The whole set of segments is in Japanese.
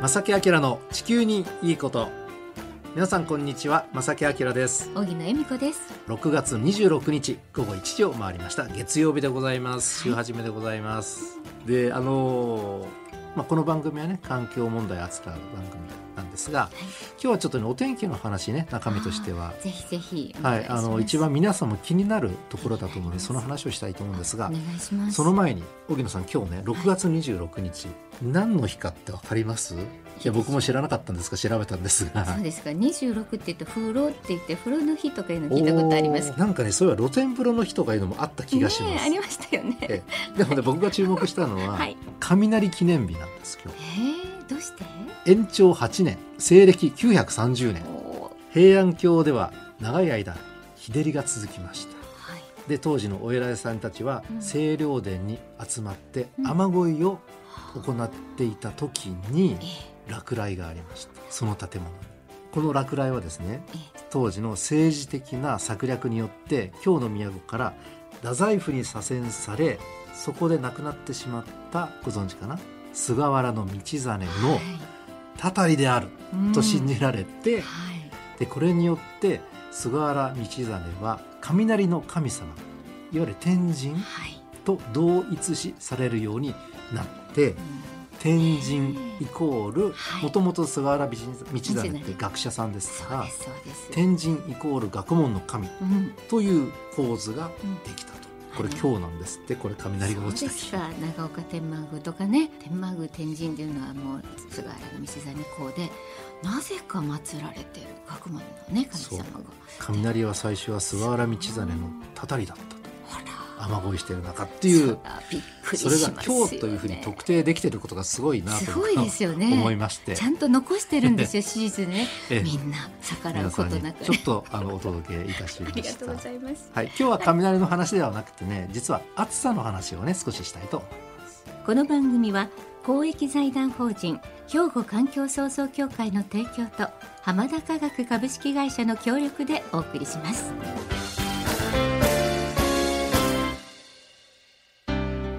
正木明の地球にいいこと皆さんこんにちは正木明です荻野恵美子です6月26日午後1時を回りました月曜日でございます週始めでございます、であのーまあ、この番組はね環境問題を扱う番組なんですが、今日はちょっとねお天気の話ね中身としてはぜひぜひおは願いいしまあすの一番皆さんも気になるところだと思うので気になりますその話をしたいと思うんですおが願いしますその前に荻野さん今日ね6月26日、何の日かってわかりますいや僕も知らなかったんですが調べたんですがそうですか26って言うと風呂って言って風呂の日とかいうの聞いたことありますおーなんかねそういえば露天風呂の日とかいうのもあった気がしねまえす、ありましたよねえでもね僕が注目したのは、はい雷記念日なんです今えー、どうして日延長8年西暦930年おー平安京では長い間日照りが続きましたはいで当時のお偉いさんたちはうん清涼殿に集まってうん雨乞いを行っていた時にえ落雷がありましたその建物にこの落雷はですねえ当時の政治的な策略によって京の都から太宰府に左遷されそこで亡くなってしまったご存知かな菅原道真のたたりであるはいと信じられて、うんはいでこれによって菅原道真は雷の神様いわゆる天神はいと同一視されるようになってうん天神イコールはいもともと菅原道真って学者さんですそうがですそうです天神イコール学問の神うんという構図ができたと、うんこれ今日なんですってこれ雷が落ちたそう日ですか長岡天満宮とかね天満宮天神というのはもう菅原道真公でなぜか祀られてる学問のね神様が雷は最初は菅原道真のたたりだったほらと雨乞いしてる中っていうそらびっくりしそますれよ、が今ね、日というふうに特定できてることがすごいなとす僕ごはいですよね思いましてちゃんと残してるんですよ史実にね ええみんな逆ら皆うこさんとになくちょねっとあのお届けいたしまありがしとたうございますはい、今日は雷の話ではなくてね実は暑さの話をね少ししたいと思いますこの番組は公益財団法人兵庫環境創造協会の提供と浜田科学株式会社の協力でお送りします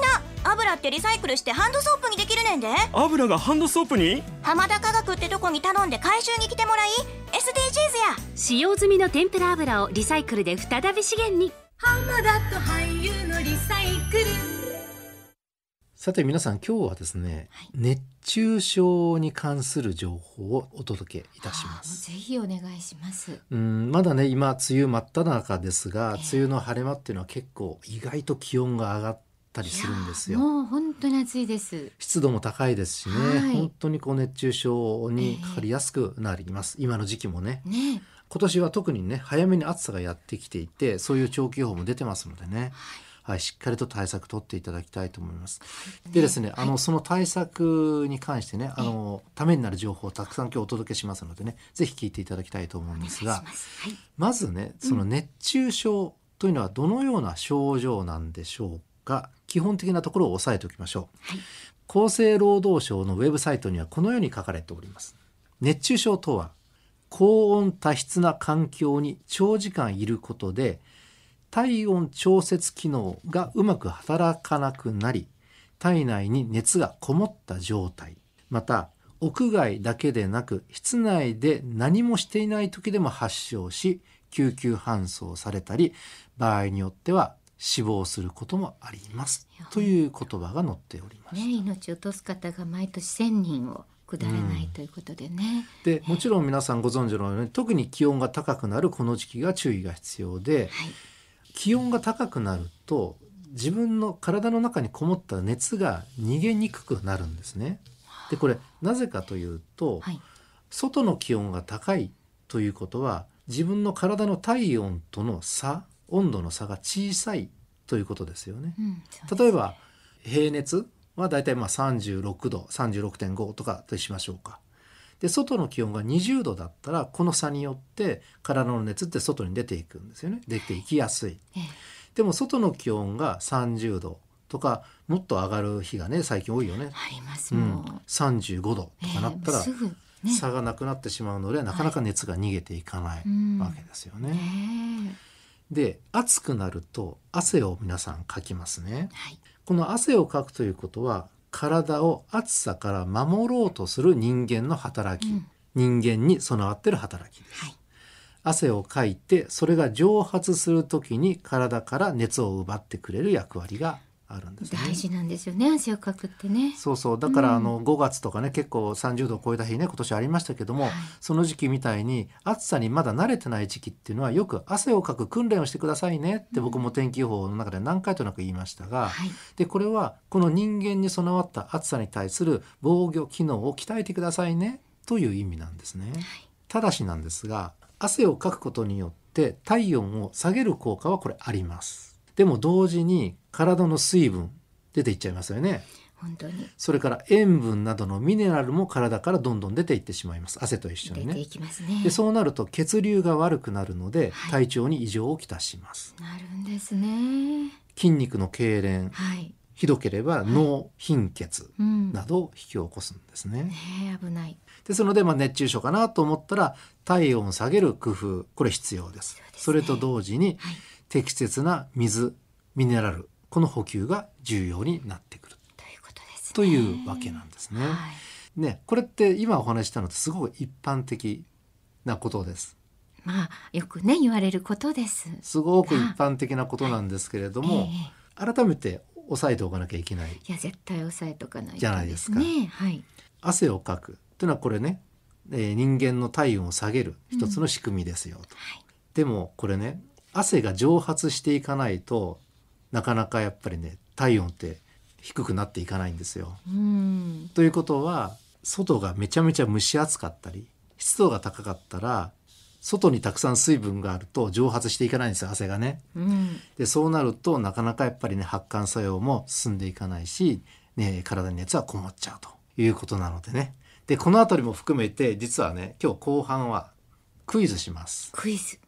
な油ってリサイクルしてハンドソープにできるねんで油がハンドソープに浜田科学ってとこに頼んで回収に来てもらい SDGs や使用済みの天ぷら油をリサイクルで再び資源にさて皆さん今日はですね、はい熱中症に関する情報をお届けいたしますあもうぜひお願いしますうんまだね今梅雨真っ只中ですがええ梅雨の晴れ間っていうのは結構意外と気温が上がったりするんですいやよもう本当に暑いです。湿度も高いですしね、はい本当にこう熱中症にかかりやすくなります、今の時期もねね今年は特にね早めに暑さがやってきていてそういう長期予報も出てますのでね、はい、しっかりと対策取っていただきたいと思います。でですね、あのその対策に関してねあのためになる情報をたくさん今日お届けしますのでねぜひ聞いていただきたいと思うんですえ、がします。はい。まずねその熱中症というのはどのような症状なんでしょうか基本的なところを押さえておきましょう、はい厚生労働省のウェブサイトにはこのように書かれております熱中症とは高温多湿な環境に長時間いることで体温調節機能がうまく働かなくなり体内に熱がこもった状態また屋外だけでなく室内で何もしていない時でも発症し救急搬送されたり場合によっては死亡することもありますいやという言葉が載っておりますね、命を落とす方が毎年1000人を下らないということでね。でもちろん皆さんご存知のように特に気温が高くなるこの時期が注意が必要ではい。気温が高くなると自分の体の中にこもった熱が逃げにくくなるんですね。でこれなぜかというと、はい。外の気温が高いということは自分の体の体温との差温度の差が小さいということですよね。うん。そう例えば平熱はだいたいまあ36度36.5とかとしましょうかで外の気温が20度だったらこの差によって体の熱って外に出ていくんですよね出ていきやすいええでも外の気温が30度とかもっと上がる日がね最近多いよね、ありますうもんう、、 35度えとえかなったらすぐね差がなくなってしまうのでなかなか熱が逃げていかないうんわけですよね。ねで暑くなると汗を皆さんかきますねえ。はいこの汗をかくということは体を暑さから守ろうとする人間の働き、人間に備わってる働きです、はい汗をかいてそれが蒸発するときに体から熱を奪ってくれる役割があるんですね大事なんですよね汗をかくってねそうそうだからあの5月とかね、結構30度を超えた日ね今年ありましたけども、その時期みたいに暑さにまだ慣れてない時期っていうのはよく汗をかく訓練をしてくださいねって僕も天気予報の中で何回となく言いましたが、はいでこれはこの人間に備わった暑さに対する防御機能を鍛えてくださいねという意味なんですね。ただしなんですが汗をかくことによって体温を下げる効果はこれあります。でも同時に体の水分出ていっちゃいますよね。本当にそれから塩分などのミネラルも体からどんどん出ていってしまいます汗と一緒に出てねいきますねでそうなると血流が悪くなるのではい体調に異常をきたします、なるんですね筋肉の痙攣はいひどければ脳貧血うんなどを引き起こすんですね、ねえ危ないですので、まあ、熱中症かなと思ったら体温を下げる工夫これ必要ですそれと同時に、はい適切な水ミネラルこの補給が重要になってくるということですねというわけなんですね。はいね、これって今お話ししたのとすごく一般的なことです。まあよくね言われることですすごく一般的なことなんですけれども、え改めて押さえておかなきゃいけない。えいや絶対押さえとかないとじゃないですかねはい汗をかくというのはこれね、えー人間の体温を下げる一つの仕組みですよと。はいでもこれね、汗が蒸発していかないとなかなかやっぱりね体温って低くなっていかないんですよ。うんということは外がめちゃめちゃ蒸し暑かったり湿度が高かったら外にたくさん水分があると蒸発していかないんですよ汗がね。うんでそうなるとなかなかやっぱりね発汗作用も進んでいかないし、ね、体に熱はこもっちゃうということなのでね。でこの辺りも含めて実はね今日後半はクイズします。クイズ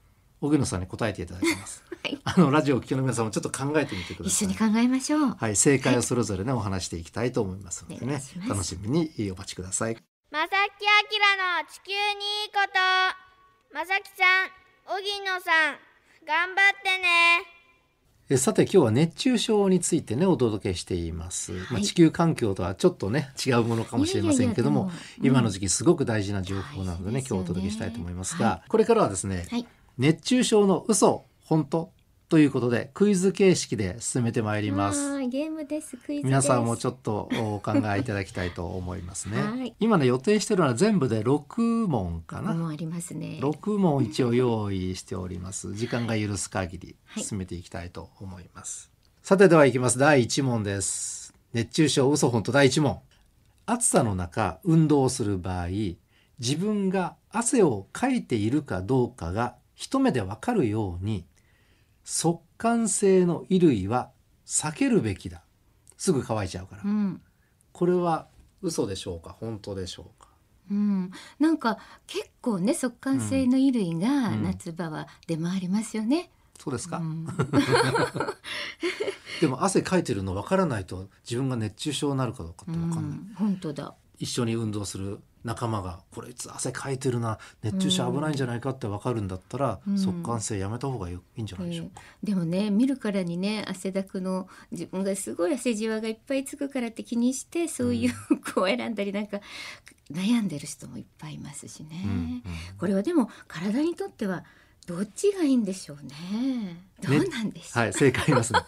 荻野さんに答えていただきます。 はいあのラジオを聴きの皆さんもちょっと考えてみてくだ一さ緒いに。考えましょうはい、正解をそれぞれね、お話していきたいと思いますのでお願ねいしま、す楽しみにお待ちください。まさきあきらの地球にいいこと。まさきさん、おぎのさん、頑張ってね。えさて今日は熱中症についてねお届けしています、まあ、い地球環境とはちょっとね違うものかもしれませんけどもいやいやいやでも今の時期すごく大事な情報なのでね、大事今ですよ日ねお届けしたいと思いますが、はこれからはですね、はい熱中症の嘘本当ということでクイズ形式で進めてまいりますはいゲームですクイズです皆さんもちょっとお考えいただきたいと思いますね、はい今ね予定してるのは全部で6問かな、もうありますね6問一応用意しております時間が許す限りはい進めていきたいと思います、さてではいきます第1問です熱中症嘘本当第1問暑さの中運動をする場合自分が汗をかいているかどうかが一目でわかるように速乾性の衣類は避けるべきだすぐ乾いちゃうから、うんこれは嘘でしょうか本当でしょうかうん、なんか結構ね速乾性の衣類がうん夏場は出回りますよね。そうですうか、ん、 でも汗かいてるの分からないと自分が熱中症になるかどうかって分かんない、うん本当だ。一緒に運動する仲間がこれいつ汗かいてるな熱中症危ないんじゃないかって分かるんだったら、うん速乾性やめた方がいいんじゃないでしょうか、でもね見るからにね汗だくの自分がすごい汗じわがいっぱいつくからって気にしてそういう子を選んだりなんか悩んでる人もいっぱいいますしね。うんこれはでも体にとってはどっちがいいんでしょうね。どうなんでしょう。はい正解です ね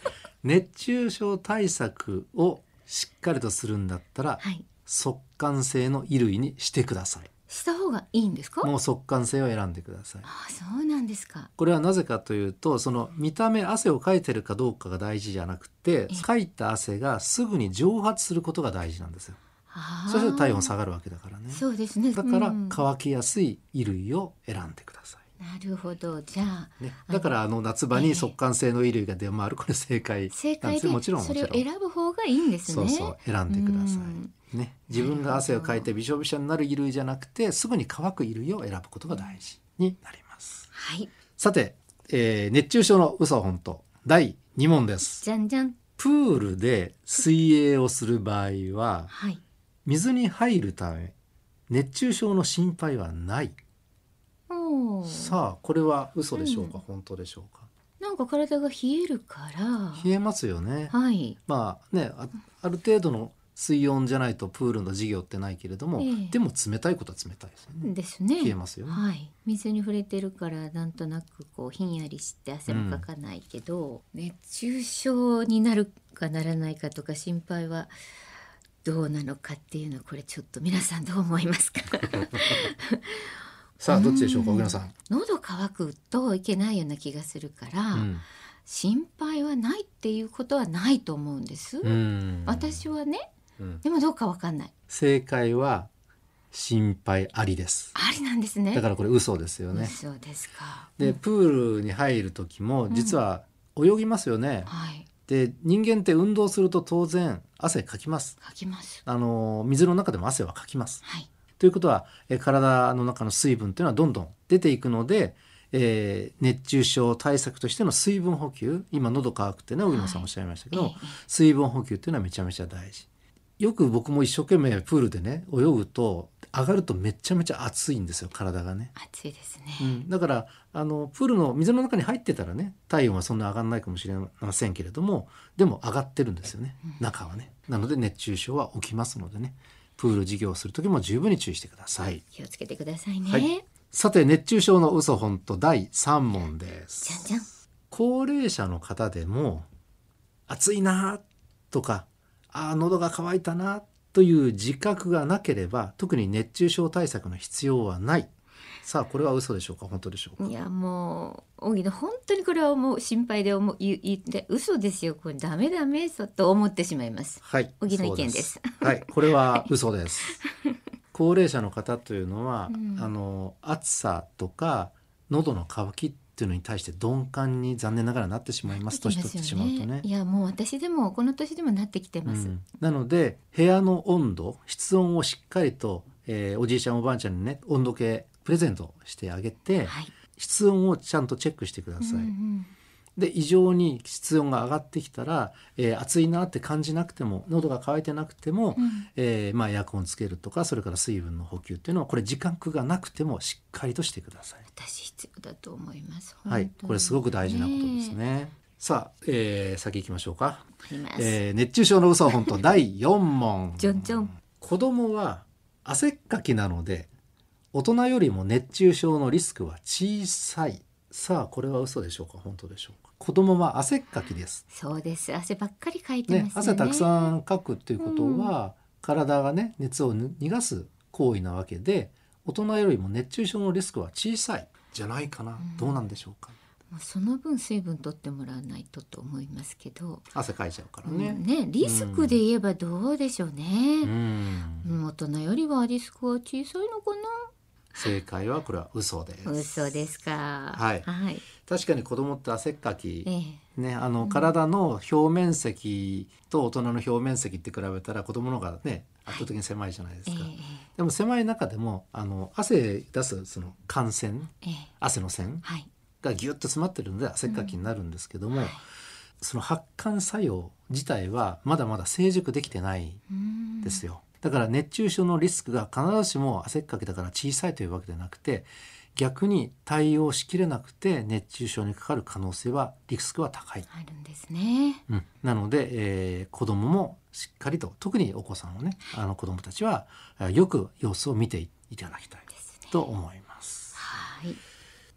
熱中症対策をしっかりとするんだったら、はい、速乾性の衣類にしてくださいした方がいいんですか。もう速乾性を選んでくださいあ、そうなんですか。これはなぜかというとその見た目汗をかいてるかどうかが大事じゃなくてえかいた汗がすぐに蒸発することが大事なんですよあーそして体温下がるわけだからねそうですね。だからうん乾きやすい衣類を選んでくださいなるほどじゃあね、だからあの夏場えにえ速乾性の衣類が出回るこれ正解正なんで解すでよもちろんもそちれろをん選ぶ方がいいんですねそうそう選んでくださうんい、ね、自分が汗をかいてびしょびしょになる衣類じゃなくてすぐに乾く衣類を選ぶことが大事になりますはいさて、えー熱中症の嘘本当第2問ですじゃんじゃんプールで水泳をする場合ははい水に入るため熱中症の心配はないおーさあこれは嘘でしょうか、本当でしょうかなんか体が冷えるから冷えますよね、はいまあねあある程度の水温じゃないとプールの授業ってないけれども、ええでも冷たいことは冷たいですよね。ですね冷えますよねはい水に触れてるからなんとなくこうひんやりして汗もかかないけど、熱中症になるかならないかとか心配はどうなのかっていうのはこれちょっと皆さんどう思います かさあどっちでしょうか小倉さん。喉乾くといけないような気がするから、うん心配はないっていうことはないと思うんです、うん私はねうんでもどうかわかんない正解は心配ありです。ありなんですねだからこれ嘘ですよね。そうですかでプールに入る時も実は泳ぎますよね。はいで人間って運動すると当然汗かきます。書きますあの水の中でも汗はかきます。はいということは、えー体の中の水分というのはどんどん出ていくので、えー熱中症対策としての水分補給今喉乾くってね荻野さんおっしゃいましたけど、ええ水分補給っていうのはめちゃめちゃ大事よく僕も一生懸命プールでね泳ぐと上がるとめちゃめちゃ暑いんですよ体がね、暑いですね、うんだからあのプールの水の中に入ってたらね体温はそんな上がらないかもしれませんけれどもでも上がってるんですよね中はねなので熱中症は起きますのでねプール授業をする時も十分に注意してください気をつけてくださいね、はいさて熱中症の嘘本当第3問でじゃんすじゃん高齢者の方でも暑いなとかあー喉が渇いたなという自覚がなければ特に熱中症対策の必要はないさあこれは嘘でしょうか本当でしょうかいやもう荻野本当にこれはもう心配で思う言う言って嘘ですよこれダメダメそうと思ってしまいますはい小木の意見そうですはいこれは嘘です高齢者の方というのは、うんあの暑さとか喉の渇きっていうのに対して鈍感に残念ながらなってしまいます年取ってしまうとねいやもう私でもこの年でもなってきてます、うんなので部屋の温度室温をしっかりと、えーおじいちゃんおばあちゃんにね温度計プレゼントしてあげて、はい、室温をちゃんとチェックしてください。うんうんで異常に室温が上がってきたら、えー暑いなって感じなくても喉が渇いてなくても、えーまあ、エアコンつけるとかそれから水分の補給っていうのはこれ時間区がなくてもしっかりとしてください。私必要だと思いますはい本、当にこれすごく大事なことですねね。さあ、えー先行きましょうか。あります、えー熱中症の嘘は本当第4問じょんじょん子供は汗っかきなので大人よりも熱中症のリスクは小さいさあこれは嘘でしょうか本当でしょうか子供は汗っかきですそうです汗ばっかりかいてますよねね汗たくんさんかくっていうことは、体がね熱をぬ逃がす行為なわけで大人よりも熱中症のリスクは小さいじゃないかな、どうなんでしょうかもうその分水分取ってもらわないとと思いますけど汗かいちゃうからねね、ねリスクで言えばどうでしょうね、うんうん大人よりはリスクは小さいのか正解はこれは嘘ですな嘘ですかはいはい、確かに子供って汗っかきええね、あの体の表面積と大人の表面積って比べたら子供の方がね圧倒的に狭いじゃないですええか、でも狭い中でもあの汗出すその汗腺ええ汗の線はいがギュッと詰まってるので汗っかきになるんですけども、はいその発汗作用自体はまだまだ成熟できてないんうーんですよ、だから熱中症のリスクが必ずしも汗っかきだから小さいというわけでなくて逆に対応しきれなくて熱中症にかかる可能性はリスクは高い。あるんですねうん、なので、えー子供もしっかりと特にお子さんをねあの子供たちはえーよく様子を見ていただきたいと思います。はい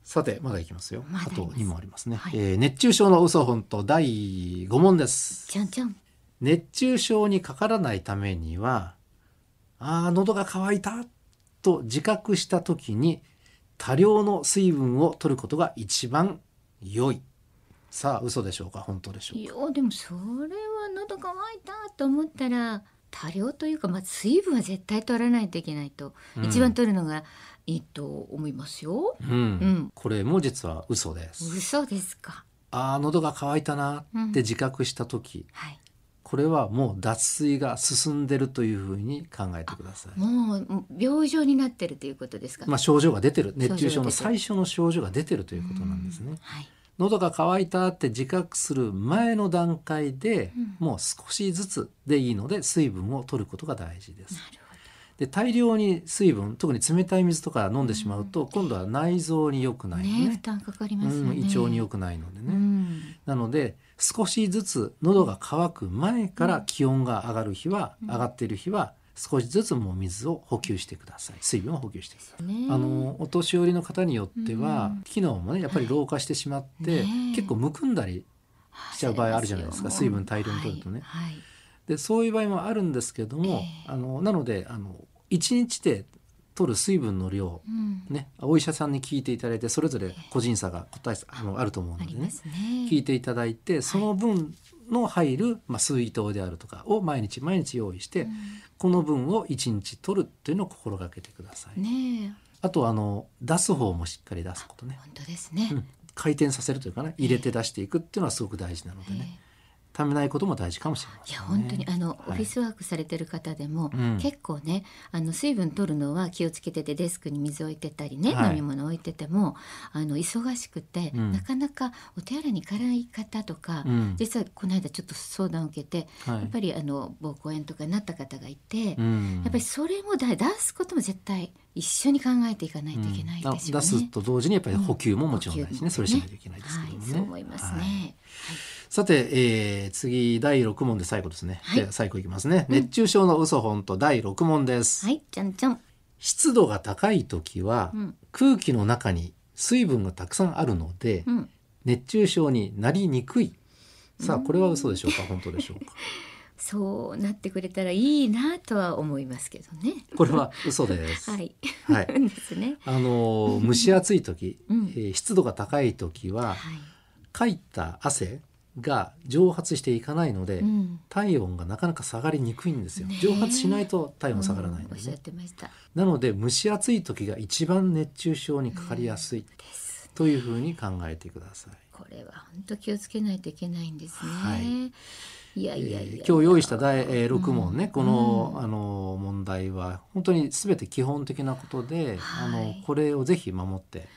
さてまだいきますよ。まだあありますと2問ありますね。はいえー熱中症の嘘本と第5問です。ちゃんちゃん熱中症にかからないためにはあー喉が渇いたと自覚した時に多量の水分を取ることが一番良い。さあ嘘でしょうか本当でしょうかいやでもそれは喉乾いたと思ったら多量というか、まあ、水分は絶対取らないといけないと、うん一番取るのがいいと思いますよ。うんうんこれも実は嘘です。嘘ですか。ああ喉が渇いたなって自覚した時、はい。これはもう脱水が進んでるというふうに考えてください。もう病状になってるということですか。まあ、症状が出てる出てる熱中症の最初の症状が出てるということなんですね。はい。喉が渇いたって自覚する前の段階で、もう少しずつでいいので水分を取ることが大事です。で大量に水分特に冷たい水とか飲んでしまうと、今度は内臓に良くないのね負ね担かかりうますよね。ん、胃腸に良くないのでね、うん。なので少しずつ喉が渇く前から気温が上がる日は、上がっている日は少しずつもう水を補給してください水分を補給してください。ねあのお年寄りの方によっては、機能もねやっぱり老化してしまって、はいねえ結構むくんだりしちゃう場合あるじゃないですかあ水分大量に取るとねはいはいでそういう場合もあるんですけども、ええあのなのであの1日で取る水分の量、うんね、お医者さんに聞いていただいてそれぞれ個人差が答えあのあると思うのあでりねますね。聞いていただいてその分の入る、まあ、水筒であるとかを毎日毎日用意して、この分を1日取るっていうのを心がけてください。ねえあとあの出す方もしっかり出すことね、本当ですね。うん、回転させるというかね入れて出していくっていうのはすごく大事なのでね、ためないことも大事かもしれまいせん、やね、本当にあの、いオフィスワークされてる方でも、うん結構ねあの水分取るのは気をつけててデスクに水置いてたりね、はい飲み物置いててもあの忙しくて、うんなかなかお手洗いに行かない方とか、うん実はこの間ちょっと相談を受けて、はいやっぱりあの膀胱炎とかになった方がいて、うやんっぱりそれもだ出すことも絶対一緒に考えていかないといけないでうんしょあうね。出すと同時にやっぱり補給ももちろん呼吸大事ね、それしないといけないですけどもね、はい、そう思いますね。はいさて、えー次第6問で最後ですね、はいで最後いきますね、熱中症の嘘本と第6問です、はい、じゃんじゃん。湿度が高い時は、ん空気の中に水分がたくさんあるので、うん熱中症になりにくいさあこれは嘘でしょうか本当でしょうかそうなってくれたらいいなとは思いますけどね。これ は嘘です はい。はいですね。あの ー蒸し暑い時、うんえー湿度が高い時ははい。かいた汗が蒸発していかないので、うん。体温がなかなか下がりにくいんですよねえ蒸発しないと体温下がらないんうんおですっしゃっね、てました。なので蒸し暑い時が一番熱中症にかかりやすいです。というふうに考えてくださいこれは本当気をつけないといけないんですね。、はいやいやいやえー今日用意した第、えー6問ね、この,、うあの問題は本当に全て基本的なことで、あはいのこれをぜひ守って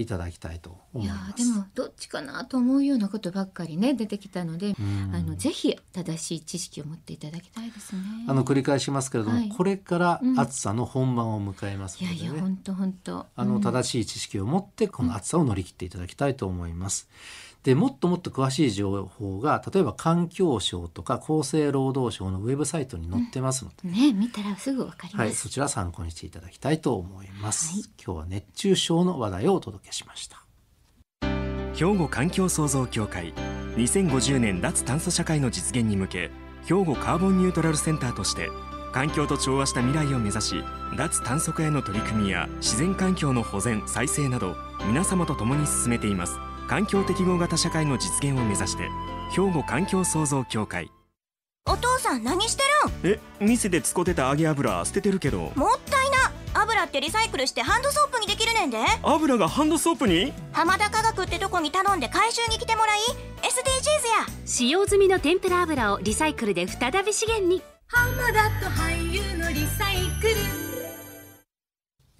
いただきたいと思いいやま。ですもどっちかなと思うようなことばっかりね出てきたので、んあのぜひ正しい知識を持っていただきたいですね。あの繰り返しますけれども、はいこれから暑さの本番を迎えますいのやでいやね、本当本当。あの正しい知識を持ってこの暑さを乗り切っていただきたいと思います。でもっともっと詳しい情報が例えば環境省とか厚生労働省のウェブサイトに載ってますので、ね見たらすぐわかりはまい、す。そちら参考にしていただきたいと思います、今日は熱中症の話題をお届けしました兵庫環境創造協会2050年脱炭素社会の実現に向け兵庫カーボンニュートラルセンターとして環境と調和した未来を目指し脱炭素化への取り組みや自然環境の保全再生など皆様と共に進めています環境適合型社会の実現を目指して兵庫環境創造協会お父さん何してるんえ店で使ってた揚げ油捨ててるけどもったいな油ってリサイクルしてハンドソープにできるねんで油がハンドソープに浜田科学ってとこに頼んで回収に来てもらい SDGs や使用済みの天ぷら油をリサイクルで再び資源に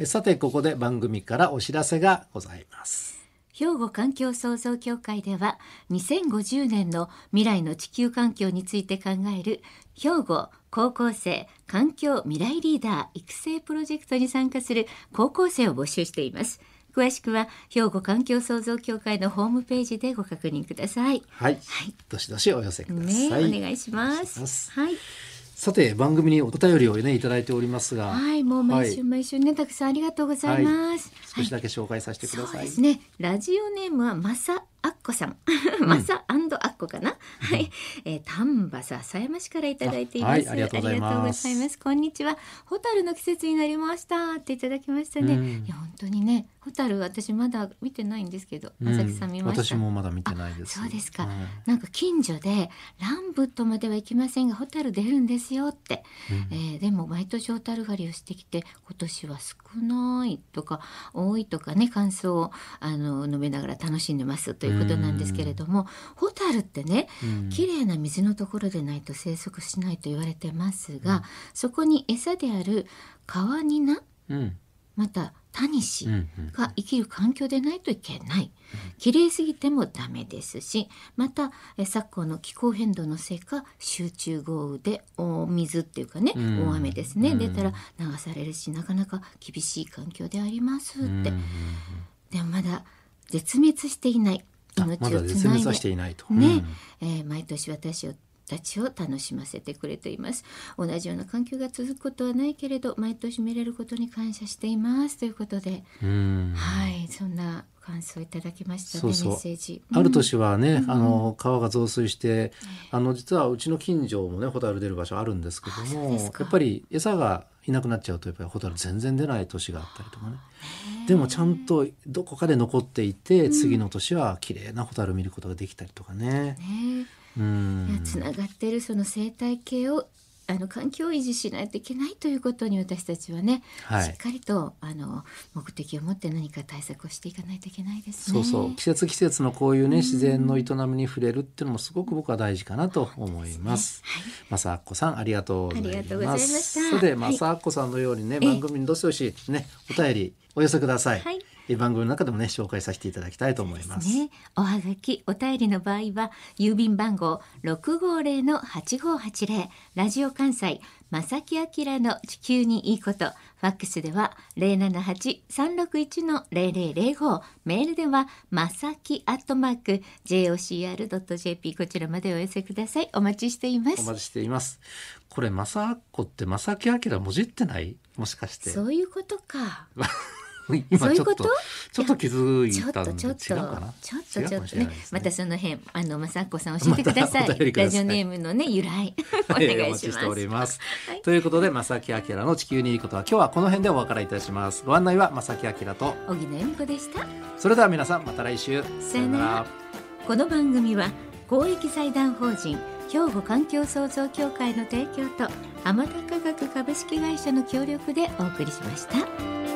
えさてここで番組からお知らせがございます兵庫環境創造協会では2050年の未来の地球環境について考える兵庫高校生環境未来リーダー育成プロジェクトに参加する高校生を募集しています詳しくは兵庫環境創造協会のホームページでご確認くださいはい、はいどしどしお寄せくだねえ、さい、お願いしますお願いしますはい、さて番組にお便りをねいただいておりますがはい、もう毎週はい毎週ね、たくさんありがとうございます、少しだけ紹介させてください、そうですね。ラジオネームはまさアッコさんマサアッコかな、はい、えー、丹波笹山市からいただいています、あはいありがとうございますありがとうございますこんにちは蛍の季節になりましたっていただきましたね、うんいや本当にね蛍私まだ見てないんですけどうんまさきさん見ました、私もまだ見てないです。あそうですかはいなんか近所でランブットまでは行きませんが蛍出るんですよって、えーでも毎年蛍狩りをしてきて今年は少ないとか多いとかね感想をあの述べながら楽しんでますということなんですけれども蛍ってねうん綺麗な水のところでないと生息しないと言われてますが、そこに餌である川ニナうんまたタニシ、うんうんが生きる環境でないといけない綺麗すぎてもダメですしまたえ昨今の気候変動のせいか集中豪雨で大水っていうかね、うん大雨ですね、うん出たら流されるしなかなか厳しい環境でありますって、うんうんでもまだ絶滅していないあ命まをだつ絶な滅いはでしていないと。ね、えー毎年私たちを楽しませてくれています同じような環境が続くことはないけれど毎年見れることに感謝していますということでうんうんはい、そんな感想いただきましたね。そうそうメッセージ。ある年はね、あの川が増水して、あの実はうちの近所もねホタル出る場所あるんですけどあそうもですかやっぱり餌がいなくなっちゃうとやっぱりホタル全然出ない年があったりとかねでもちゃんとどこかで残っていて次の年は綺麗なホタル見ることができたりとかね。ね、ういやんつながってるその生態系をあの環境を維持しないといけないということに私たちはね、はいしっかりとあの目的を持って何か対策をしていかないといけないですそね。うそう季節季節のこういうね自然の営みに触れるっていうのもすごく僕は大事かなと思います。まさあっこさんありがとうございます。ありがとうございましたそれでまさあっこさんのようにね、番組にどしどしねお便りお寄せください。はいえ番組の中でもね紹介させていただきたいと思います。ね、おはがきお便りの場合は郵便番号六五零の八五八零ラジオ関西正木明の地球にいいことファックスでは零七八三六一の零零零五メールでは正木アットマーク j o c r ドット j p こちらまでお寄せくださいお待ちしていまおす。待ちしています。これまさあっこってまさきあきらもじってないもしかして。そういうことか。今ちそういょうこっととちょっと気づいちょったとんでちょ違っうとちょっかな。と違うちかょもっしとれねないですまねたその辺あのまさこさん教えてくださ またお便りいくださいラジオネームのね由来おはい願いし お待ちしておりまます。はいということで、正木明の地球にいいことは、今日はこの辺でお別れいたします。ご案内は正木明と、す荻野恵美子でしたそれでは皆さん、また来週。さよなら。この番組は公益財団法人兵庫環境創造協会の提供と浜田科学株式会社の協力でお送りしました。